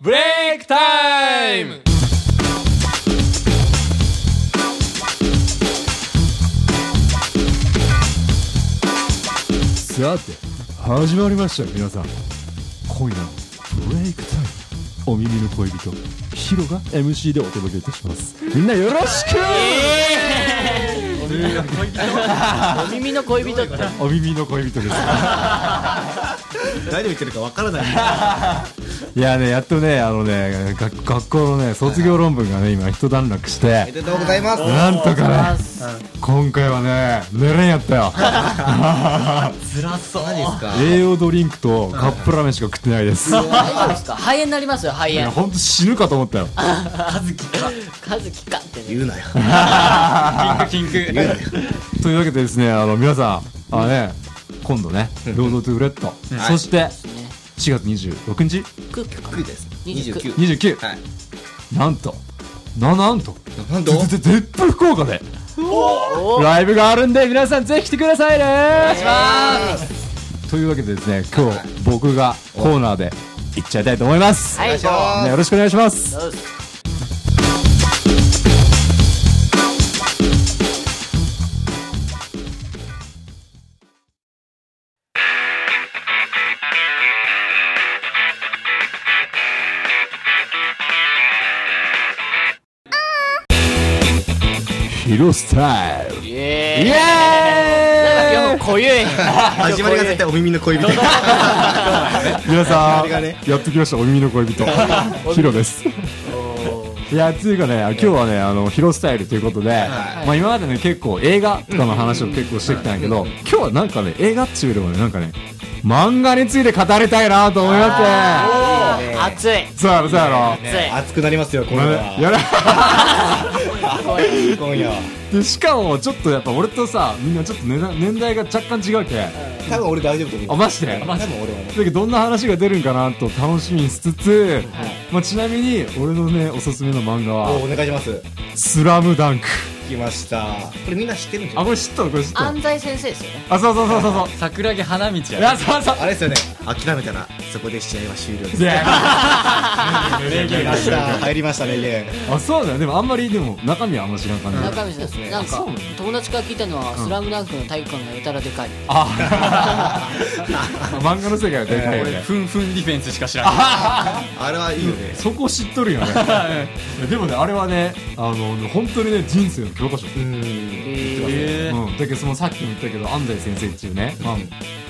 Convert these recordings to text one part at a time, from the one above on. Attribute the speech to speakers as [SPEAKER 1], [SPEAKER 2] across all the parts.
[SPEAKER 1] ブレイクタイム
[SPEAKER 2] さて始まりましたよ皆さん今夜のブレイクタイムお耳の恋人ヒロが MC でお届けいたしますみんなよろしく
[SPEAKER 3] お耳の恋人って
[SPEAKER 2] お耳の恋人です
[SPEAKER 4] 誰を言ってるかわからない。
[SPEAKER 2] いやねやっとねあのねが学校のね卒業論文がね今一段落して
[SPEAKER 4] でとうございます。
[SPEAKER 2] なんとかね今回はね寝れんやったよ
[SPEAKER 4] 辛そう。何ですか。
[SPEAKER 2] 栄養ドリンクとカップラーメンしか食ってないですい
[SPEAKER 3] 大丈夫ですか肺炎になりますよ肺
[SPEAKER 2] や
[SPEAKER 3] 炎
[SPEAKER 2] ほんと死ぬかと思ったよ
[SPEAKER 3] 和樹かってね
[SPEAKER 4] 言うなよ。
[SPEAKER 1] キンクキン
[SPEAKER 4] 言うなよ。
[SPEAKER 2] というわけでですねあの皆さんあのね今度ね「ロードトゥーレット」そして4月26日
[SPEAKER 3] クック
[SPEAKER 4] 九です。二十九。
[SPEAKER 2] 29、
[SPEAKER 4] はい。
[SPEAKER 2] なんとななんと
[SPEAKER 4] なんと。
[SPEAKER 2] ぜぜ絶対福岡でライブがあるんで皆さんぜひ来てくださいねというわけでですね今日僕がコーナーで行っちゃいたいと思います、
[SPEAKER 3] はい
[SPEAKER 4] しま
[SPEAKER 2] ねよろしくお願いします
[SPEAKER 3] どうぞ
[SPEAKER 2] ヒロスタイル
[SPEAKER 3] イ
[SPEAKER 2] イ
[SPEAKER 3] エーイな
[SPEAKER 2] エー
[SPEAKER 3] んか今日濃ゆい
[SPEAKER 4] 始まりが絶対お耳の恋人。
[SPEAKER 2] イ皆さん、
[SPEAKER 4] がね
[SPEAKER 2] やってきましたお耳の恋 人ヒロですいやというかね今日はねあのヒロスタイルということで、まあ、今までね結構映画とかの話を結構してきたんやけど、今日はなんかね映画っていうよりもねなんかね漫画について語りたいなと思いまして
[SPEAKER 3] あー熱い
[SPEAKER 2] そうやろそうやろ
[SPEAKER 3] 熱い
[SPEAKER 4] 熱くなりますよ、今
[SPEAKER 2] ごめん
[SPEAKER 4] 夜は。
[SPEAKER 2] やら
[SPEAKER 4] 今夜は。
[SPEAKER 2] でしかもちょっとやっぱ俺とさみんなちょっと年代年代が若干違うけ
[SPEAKER 4] 多分俺大丈夫と
[SPEAKER 2] あ
[SPEAKER 4] 思う。
[SPEAKER 2] マジで
[SPEAKER 4] 多分俺はね。
[SPEAKER 2] だけどどんな話が出るんかなと楽しみにしつつ、まあ、ちなみに俺のねおすすめの漫画
[SPEAKER 4] お
[SPEAKER 2] は
[SPEAKER 4] お願いします。
[SPEAKER 2] 「スラムダンク
[SPEAKER 4] 来ました。これみんな知ってるんじゃ
[SPEAKER 2] あ
[SPEAKER 4] ん。
[SPEAKER 2] これ知っとるこれ知っとる
[SPEAKER 3] 安西先生ですよね
[SPEAKER 2] あそうそうそうそうそう
[SPEAKER 1] 桜木花道や
[SPEAKER 2] いやそうそう
[SPEAKER 4] あれですよね。諦めたらそこで試合は終了です。
[SPEAKER 2] で
[SPEAKER 4] 入りました。入りましたね、 ゲ
[SPEAKER 2] あそうだよでもあんまりでも中身はあんま知らん感じ、
[SPEAKER 3] 中身先生なんか友達から聞いたのはスラムダンクの体育館がやたらでかい
[SPEAKER 2] あ漫画の世界はでかいよね、
[SPEAKER 1] フンフンディフェンスしか知らない
[SPEAKER 4] あれはいいよね。
[SPEAKER 2] そこ知っとるよねでもねあれはねあの本当にね人生の教科書
[SPEAKER 4] うーん。
[SPEAKER 1] え
[SPEAKER 2] うん、だけどそのさっきも言ったけど安西先生っていうね、まあ、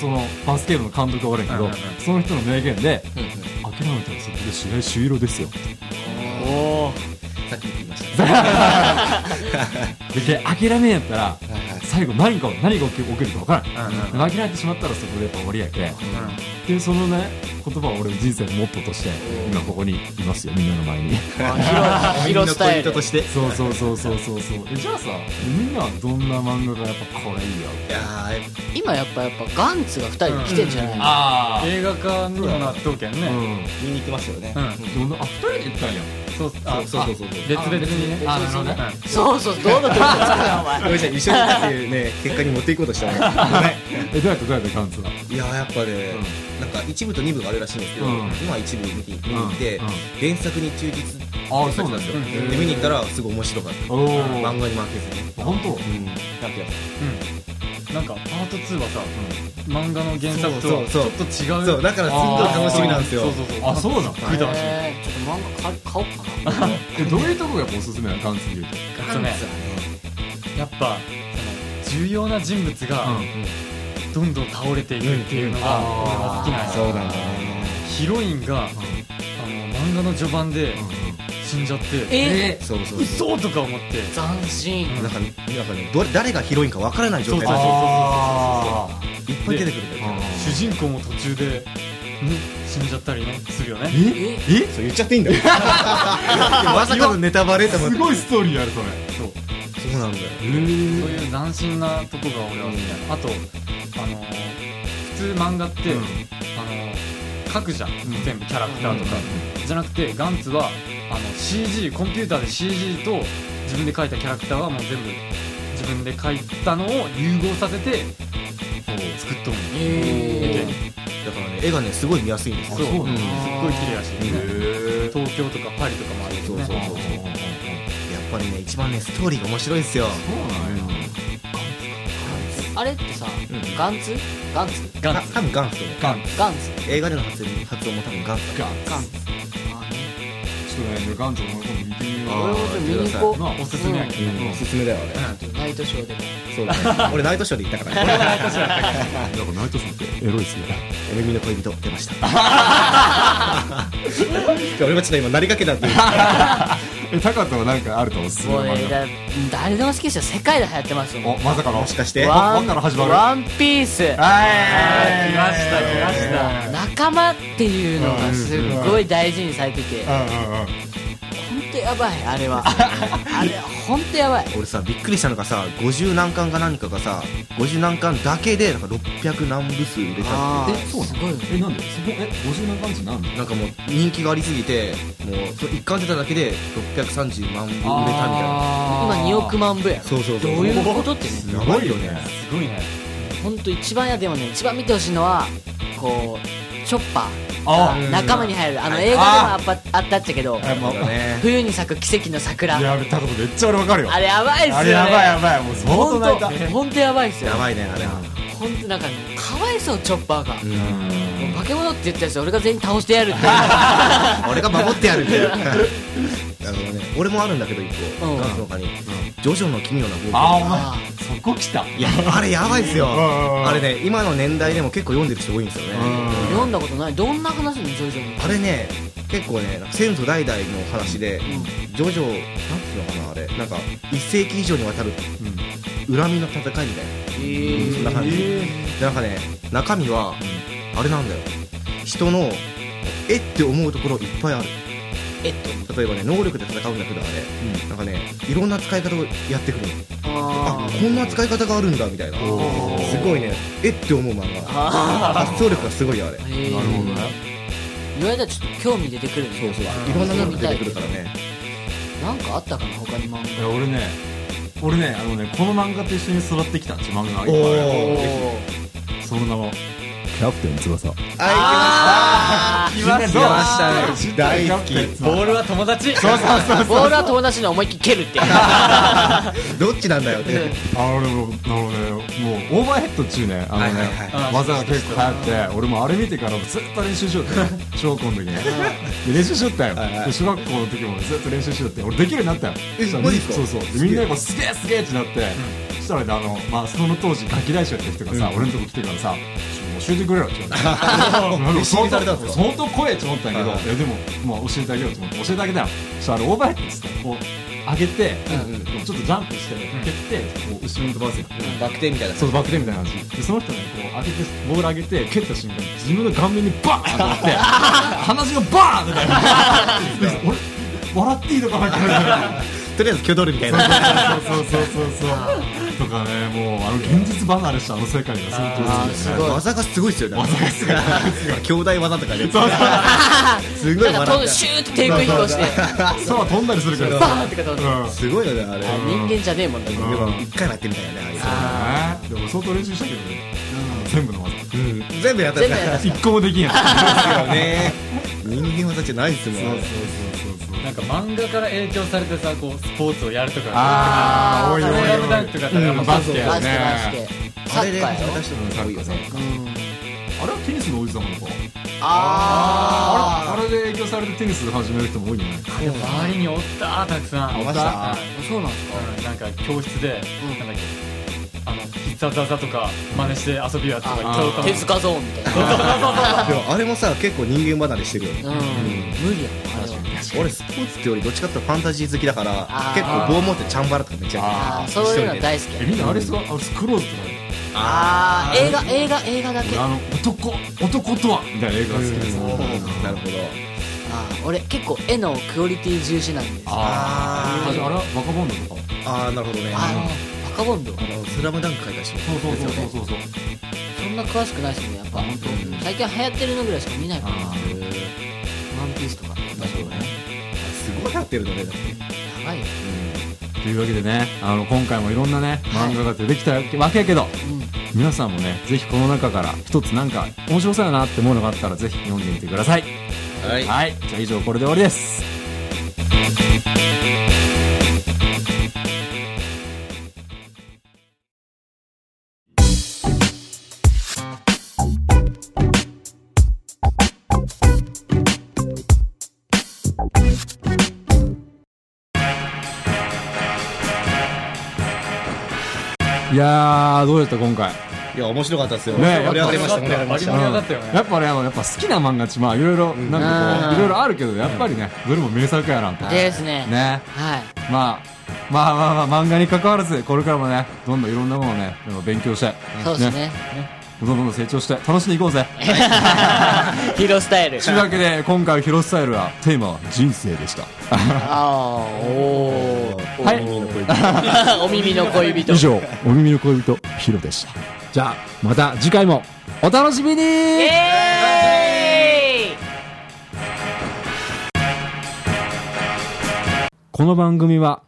[SPEAKER 2] そのバスケ部の監督がおるんやけど、
[SPEAKER 1] うんうんうん
[SPEAKER 2] その人の名言で「諦めたらそこで試合終了ですよ」
[SPEAKER 1] おお
[SPEAKER 4] さっき言いました。
[SPEAKER 2] で諦めんやったら最後何か何が起き起きるか分からん、
[SPEAKER 1] う
[SPEAKER 2] でも諦めてしまったらそこでやっぱ終わりやけ、でそのね言葉を俺の人生のモットーとして今ここにいますよみんなの前 に
[SPEAKER 3] 広
[SPEAKER 4] みんな
[SPEAKER 3] 広スタイ
[SPEAKER 4] 恋
[SPEAKER 3] ル
[SPEAKER 4] 人として。
[SPEAKER 2] そうそうそうそうそうそうえじゃあさみんなはどんな漫画がやっぱこれいいよ
[SPEAKER 4] いやー
[SPEAKER 3] 今やっぱやっぱガンツが2人で来てんじゃないの
[SPEAKER 2] あ
[SPEAKER 1] 映画化にもなっとうけん
[SPEAKER 2] う
[SPEAKER 1] ね
[SPEAKER 2] ん
[SPEAKER 4] 見に行きますよね。
[SPEAKER 2] どんなあ二人で行ったんや
[SPEAKER 1] そう
[SPEAKER 4] そうそうそう
[SPEAKER 1] う
[SPEAKER 4] そう。
[SPEAKER 1] 別々にね
[SPEAKER 2] あなるほどね
[SPEAKER 1] うん
[SPEAKER 3] そうそうどうなってるんですかお前
[SPEAKER 4] ごめんなさい、一緒に行ったっていう ね、結果に持っていこうとしたのね。
[SPEAKER 2] えどうやったどうやった感想はい
[SPEAKER 4] やーやっぱね、なんか一部と二部があるらしいんですけど、
[SPEAKER 2] うん
[SPEAKER 4] 今は一部見に見に行って、
[SPEAKER 2] うんうん
[SPEAKER 4] 原作に忠実って
[SPEAKER 2] あ
[SPEAKER 4] 書いてたんですよ、で見に行ったらすごい面白かった、
[SPEAKER 2] おお
[SPEAKER 4] 漫画に負けずね
[SPEAKER 2] 本当
[SPEAKER 4] うんなんてやつ
[SPEAKER 1] なんかパート2はさ漫画の原作と
[SPEAKER 4] そう
[SPEAKER 1] ち
[SPEAKER 4] そう
[SPEAKER 1] ょっと違
[SPEAKER 4] そううだからすっごい楽しみなんですよ
[SPEAKER 1] そうそうそう
[SPEAKER 2] あそうなの
[SPEAKER 1] 食いたかった
[SPEAKER 3] えーちょっと漫画買買おうかな
[SPEAKER 2] えどういうとこがやっぱおすすめなのガンツで言うと
[SPEAKER 1] えっとねやっぱその重要な人物がどんどん倒れていくっていうのが
[SPEAKER 2] うんうん
[SPEAKER 1] 俺は好きなん
[SPEAKER 4] そう
[SPEAKER 1] よ
[SPEAKER 4] なんだよね
[SPEAKER 1] ヒロインがあの漫画の序盤で死んじゃって
[SPEAKER 3] え
[SPEAKER 4] そうそうそう
[SPEAKER 1] 嘘とか思って
[SPEAKER 3] 斬新
[SPEAKER 4] なんかなんかねどれ誰がヒロインかわからない状態
[SPEAKER 1] そうそう
[SPEAKER 2] あ
[SPEAKER 4] いっぱい出てくるんだよね
[SPEAKER 1] 主人公も途中でね死んじゃったりねするよね
[SPEAKER 2] ええ
[SPEAKER 4] そう言っちゃっていいんだよまさかのネタバレと思って
[SPEAKER 2] すごいストーリーあるそれ
[SPEAKER 1] そう
[SPEAKER 4] そうなんだよ
[SPEAKER 1] そう
[SPEAKER 2] へ
[SPEAKER 1] いう斬新なとこが俺は好きなあとあのー普通漫画って、
[SPEAKER 2] うん
[SPEAKER 1] あのー書くじゃん、
[SPEAKER 2] ん
[SPEAKER 1] 全部キャラクターとか、じゃなくてガンツはあの CG コンピューターで CG と自分で描いたキャラクターはもう全部自分で描いたのを融合させてこう作っとるの
[SPEAKER 3] え
[SPEAKER 4] だからね絵がねすごい見やすいんですよ
[SPEAKER 1] そう
[SPEAKER 2] そう
[SPEAKER 1] すっごい綺麗やし、
[SPEAKER 2] え
[SPEAKER 1] 東京とかパリとかもあるんです
[SPEAKER 4] そう
[SPEAKER 1] ね
[SPEAKER 4] そうそうそうやっぱりね一番ねストーリーが面白いんですよ
[SPEAKER 3] あれってさ、
[SPEAKER 4] ん
[SPEAKER 3] ガンツガンツ
[SPEAKER 1] ガ
[SPEAKER 4] あ
[SPEAKER 1] ンツ
[SPEAKER 4] 多分ガンスと思う
[SPEAKER 2] ガン
[SPEAKER 3] ガンツ
[SPEAKER 4] 映画での発音発音も多分ガンスだ
[SPEAKER 2] ガン
[SPEAKER 3] ガンツあーね
[SPEAKER 2] ちょっとねガンツも今度見てみよう
[SPEAKER 4] あ
[SPEAKER 3] 俺もちょっと見に行こ
[SPEAKER 1] まあおすすめやけど、
[SPEAKER 4] おすすめだよ
[SPEAKER 3] うナイトショーでも
[SPEAKER 4] 俺そうだね俺ナイトショーで行ったから俺はナイトショーだったから
[SPEAKER 2] なんかナイトショーってエロいっすね
[SPEAKER 4] エルミの恋人出ました俺もちょっと今なりかけたっていう
[SPEAKER 2] えタカトはなんかあるとおすすめ
[SPEAKER 3] も
[SPEAKER 2] の
[SPEAKER 3] うね
[SPEAKER 2] 漫
[SPEAKER 3] だ誰でも好きですよ世界で流行ってますよ
[SPEAKER 2] 画おまさかの
[SPEAKER 4] もしかして
[SPEAKER 2] わわから始まる
[SPEAKER 3] ワンピース
[SPEAKER 2] は
[SPEAKER 1] 来ました来ました
[SPEAKER 3] 仲間っていうのがすっごい大事にされてて
[SPEAKER 2] うんうんうん
[SPEAKER 3] 本当やばいあ れはあれ本当やばい
[SPEAKER 4] 俺さびっくりしたのがさ50何巻か何かがさ50何巻だけでなんか600何部数売れたっ
[SPEAKER 3] あ
[SPEAKER 4] て
[SPEAKER 3] ー
[SPEAKER 2] えそうなの
[SPEAKER 3] すごい
[SPEAKER 2] えなんでそこえ50何巻じなんで
[SPEAKER 4] なんかもう人気がありすぎてもうその1巻出ただけで630万部売れたみたいな
[SPEAKER 3] 今2億万部やろ
[SPEAKER 4] そうそうそう
[SPEAKER 3] どういうことってね
[SPEAKER 4] やばいよね
[SPEAKER 1] すごいね
[SPEAKER 3] 本当一番やでもね一番見てほしいのはこうチョッパ
[SPEAKER 2] あ
[SPEAKER 3] ー
[SPEAKER 4] うん
[SPEAKER 3] 仲間に入るあの映画でもあっぱあったっちゃけど
[SPEAKER 2] あもう
[SPEAKER 4] だね
[SPEAKER 3] 冬に咲く奇跡の桜
[SPEAKER 2] やべタカトめっちゃ俺わかるよ
[SPEAKER 3] あれやばいっすよね
[SPEAKER 2] あれやばいやばいもう相当
[SPEAKER 3] 本
[SPEAKER 2] 泣い
[SPEAKER 3] 当
[SPEAKER 2] た
[SPEAKER 3] 本当やばいっすよ
[SPEAKER 4] やばいねあれは
[SPEAKER 3] 本当なんかねかわいそうチョッパーが
[SPEAKER 4] う
[SPEAKER 3] も
[SPEAKER 4] ん
[SPEAKER 3] う化け物って言ったやつ俺が全員倒してやるっていう
[SPEAKER 4] 俺が守ってやるみた いなあのね俺もあるんだけど一
[SPEAKER 3] う
[SPEAKER 4] 個
[SPEAKER 3] ん
[SPEAKER 4] ガンスの他にジョジョの奇妙な冒険
[SPEAKER 2] あ
[SPEAKER 3] あ
[SPEAKER 2] お前そこ来た
[SPEAKER 4] いやあれやばいっすよ
[SPEAKER 2] ん
[SPEAKER 4] あれね今の年代でも結構読んでる人多いんですよね
[SPEAKER 3] ー読んだことないどんな話の徐々に
[SPEAKER 4] あれね結構ね先祖代々の話でジョジョなんていうのかなあれなんか一世紀以上にわたる恨みの戦いみたいなそんな感じでなんかね中身はあれなんだよ人のえって思うところいっぱいある
[SPEAKER 3] えっと
[SPEAKER 4] 例えばね能力で戦うんだけどあれ、なんかねいろんな使い方をやってくるのあ
[SPEAKER 3] あー
[SPEAKER 4] こんな使い方があるんだみたいなすごいねえって思う漫画
[SPEAKER 3] あ
[SPEAKER 4] 発想力がすごいよあれ
[SPEAKER 3] ーへー
[SPEAKER 2] なるほどね
[SPEAKER 3] 言われたらちょっと興味出てくるね
[SPEAKER 4] そうそういろんなのが出てくるからね
[SPEAKER 3] なんかあったかな他に漫
[SPEAKER 2] いや俺ね俺ねあのねこの漫画と一緒に育ってきたんですよ漫画がいっぱいある
[SPEAKER 3] 画
[SPEAKER 4] おー
[SPEAKER 2] その名もキャプテン翼
[SPEAKER 4] あ
[SPEAKER 1] 来ま
[SPEAKER 4] 来ましたね大好き
[SPEAKER 1] ボールは友達
[SPEAKER 2] そうそうそう
[SPEAKER 3] ボールは友達の思いっきり蹴るっていう
[SPEAKER 4] どっちなんだよって
[SPEAKER 2] あれもあのねもうオーバーヘッドっちゅうねあのね、
[SPEAKER 4] はいはい
[SPEAKER 1] はい
[SPEAKER 2] 技が結構流行って俺もあれ見てからずっと練習しようって小学校の時にで練習しよったよ、
[SPEAKER 4] はいはい
[SPEAKER 2] で小学校の時もずっと練習しよって俺できるようになったよ
[SPEAKER 4] え
[SPEAKER 2] したら
[SPEAKER 4] マジっすか
[SPEAKER 2] そうそうで
[SPEAKER 4] げえ
[SPEAKER 2] みんながすげえすげえってなって、そしたらねあの、まあ、その当時ガキ大将って人がさ、
[SPEAKER 4] うん
[SPEAKER 2] 俺のとこ来てからさ「ちょっと教えてくれよ」って言 われて
[SPEAKER 4] 弟子にされたんですか
[SPEAKER 2] 相当怖えと思ったんやけど、
[SPEAKER 4] はいはい
[SPEAKER 2] いやでも、まあ、教えてあげようと思って教えてあげたよそしたらあれオーバーヘッドっつってこう上げて、
[SPEAKER 4] うんうん
[SPEAKER 2] ちょっとジャンプして、蹴って、こう後ろに飛ばすよ。
[SPEAKER 4] バク転みたいな
[SPEAKER 2] そう、バックでみたいな感じ。で、その人ね、こう、上げて、ボール上げて、蹴った瞬間、自分の顔面にバーンって当 たって、鼻血がバーンって出て、俺、笑っていいのかなって
[SPEAKER 4] とりあえず挙動るみたいな
[SPEAKER 2] そうそうそうそうそう。とかね、もう、あの、現実離れしたあの世界が相当好きですね。
[SPEAKER 4] 技がすごいっすよね技がすごい 兄弟技とかねすごい
[SPEAKER 3] なんか
[SPEAKER 4] 笑
[SPEAKER 3] と
[SPEAKER 4] っ
[SPEAKER 3] シューって低空飛行して
[SPEAKER 2] 空飛んだりするから
[SPEAKER 3] バ
[SPEAKER 2] さ。
[SPEAKER 3] ーンってか
[SPEAKER 2] う
[SPEAKER 3] と
[SPEAKER 2] ん。
[SPEAKER 4] すごいよねあれ
[SPEAKER 2] ん
[SPEAKER 3] 人間じゃねえもんだけど
[SPEAKER 4] でも一回はやってみたいよねあ
[SPEAKER 2] ねでも相当練習したけどね、全部の技。
[SPEAKER 4] あいううん全部やったん
[SPEAKER 3] 全
[SPEAKER 4] で
[SPEAKER 3] 部
[SPEAKER 4] す
[SPEAKER 3] や
[SPEAKER 4] よ
[SPEAKER 3] った
[SPEAKER 2] 一個もできんやん。
[SPEAKER 4] ね人間技じゃないっすもんあ
[SPEAKER 2] そうそ
[SPEAKER 4] れ
[SPEAKER 2] うそう。
[SPEAKER 1] なんか漫画から影響されてさこうスポーツをやるとか
[SPEAKER 2] あー、多い
[SPEAKER 1] ス
[SPEAKER 2] 多い
[SPEAKER 1] ラム
[SPEAKER 2] 多
[SPEAKER 1] ダ
[SPEAKER 2] い
[SPEAKER 1] ンク。とかさやっぱバスケや
[SPEAKER 3] バ
[SPEAKER 1] る
[SPEAKER 3] スケバスケサ
[SPEAKER 4] あれ
[SPEAKER 3] ッ
[SPEAKER 4] で
[SPEAKER 3] カーやろ
[SPEAKER 4] 私ともすごいよね
[SPEAKER 3] うん
[SPEAKER 2] あれはテニスの王子様の子
[SPEAKER 3] あ
[SPEAKER 2] あれあれで影響されてテニス始める人も多いんじゃないか
[SPEAKER 1] でも周りにおったーたくさん
[SPEAKER 4] いました
[SPEAKER 3] ーそうなんですか
[SPEAKER 1] うんなんか教室で、
[SPEAKER 3] うん
[SPEAKER 1] なんだっけあの必殺技とか真似して遊びやつとか言っちゃうか
[SPEAKER 3] 手塚ゾーンみたい
[SPEAKER 4] でもあれもさ結構人間離れしてるよね
[SPEAKER 3] なうん無理やもんあれは
[SPEAKER 4] 俺スポーツってよりどっちかっていうとファンタジー好きだから
[SPEAKER 3] あー
[SPEAKER 4] 結構棒持ってチャンバラとかめっちゃ
[SPEAKER 3] あーそういうの大好き
[SPEAKER 2] えみんなあれさあのスクローズとかね
[SPEAKER 3] あー映画映画映画だけ
[SPEAKER 2] あの男男とはみたいな映画が好きです
[SPEAKER 4] やるうんなるほど
[SPEAKER 3] あー俺結構絵のクオリティ重視なんですよ
[SPEAKER 2] あーあれあれはバカボンドとか
[SPEAKER 4] ああなるほどね
[SPEAKER 3] あのバカボンド
[SPEAKER 4] あのスラムダンク書いた人
[SPEAKER 2] そうそうそう
[SPEAKER 4] ですよね
[SPEAKER 2] そうそう
[SPEAKER 3] そんな詳しくないですねやっぱ本当最近は流行ってるのぐらいしか見ないから
[SPEAKER 2] あー
[SPEAKER 3] ワンピースとか
[SPEAKER 4] すごい流行ってるのねだって
[SPEAKER 3] 長いよ
[SPEAKER 2] というわけでねあの今回もいろんなね漫画が出てきたわけやけど
[SPEAKER 3] うん
[SPEAKER 2] 皆さんもねぜひこの中から一つなんか面白そうやなって思うのがあったらぜひ読んでみてください
[SPEAKER 4] はい
[SPEAKER 2] はい、じゃあ以上これで終わりですいやーどうでした今回
[SPEAKER 4] いや面白かったですよ、
[SPEAKER 2] ねえ
[SPEAKER 4] 盛り上がりました盛り上がりまし
[SPEAKER 1] 盛り
[SPEAKER 4] た
[SPEAKER 1] 上がったよね
[SPEAKER 2] やっぱねあのやっぱ好きな漫画ちまあいろいろなんかこう
[SPEAKER 3] う
[SPEAKER 2] んいろいろあるけどやっぱりねどれも名作やなんて
[SPEAKER 3] ですね
[SPEAKER 2] ね
[SPEAKER 3] はい
[SPEAKER 2] まあまあまあまあ漫画に関わらずこれからもねどんどんいろんなものをねでも勉強して
[SPEAKER 3] そうですね
[SPEAKER 2] どんどんどんどん成長して楽しんでいこうぜ
[SPEAKER 3] ヒーロースタイル
[SPEAKER 2] というわけで今回「ヒロスタイル」はテーマは人生でした
[SPEAKER 3] ああ お
[SPEAKER 2] はい
[SPEAKER 3] おお耳の恋人
[SPEAKER 2] 以上お耳の恋人ヒロでしたじゃあまた次回もお楽しみに
[SPEAKER 3] イエーイ
[SPEAKER 2] この番組は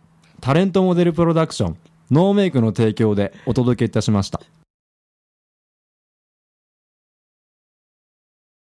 [SPEAKER 2] タレントモデルプロダクションノーメイクの提供でお届けいたしました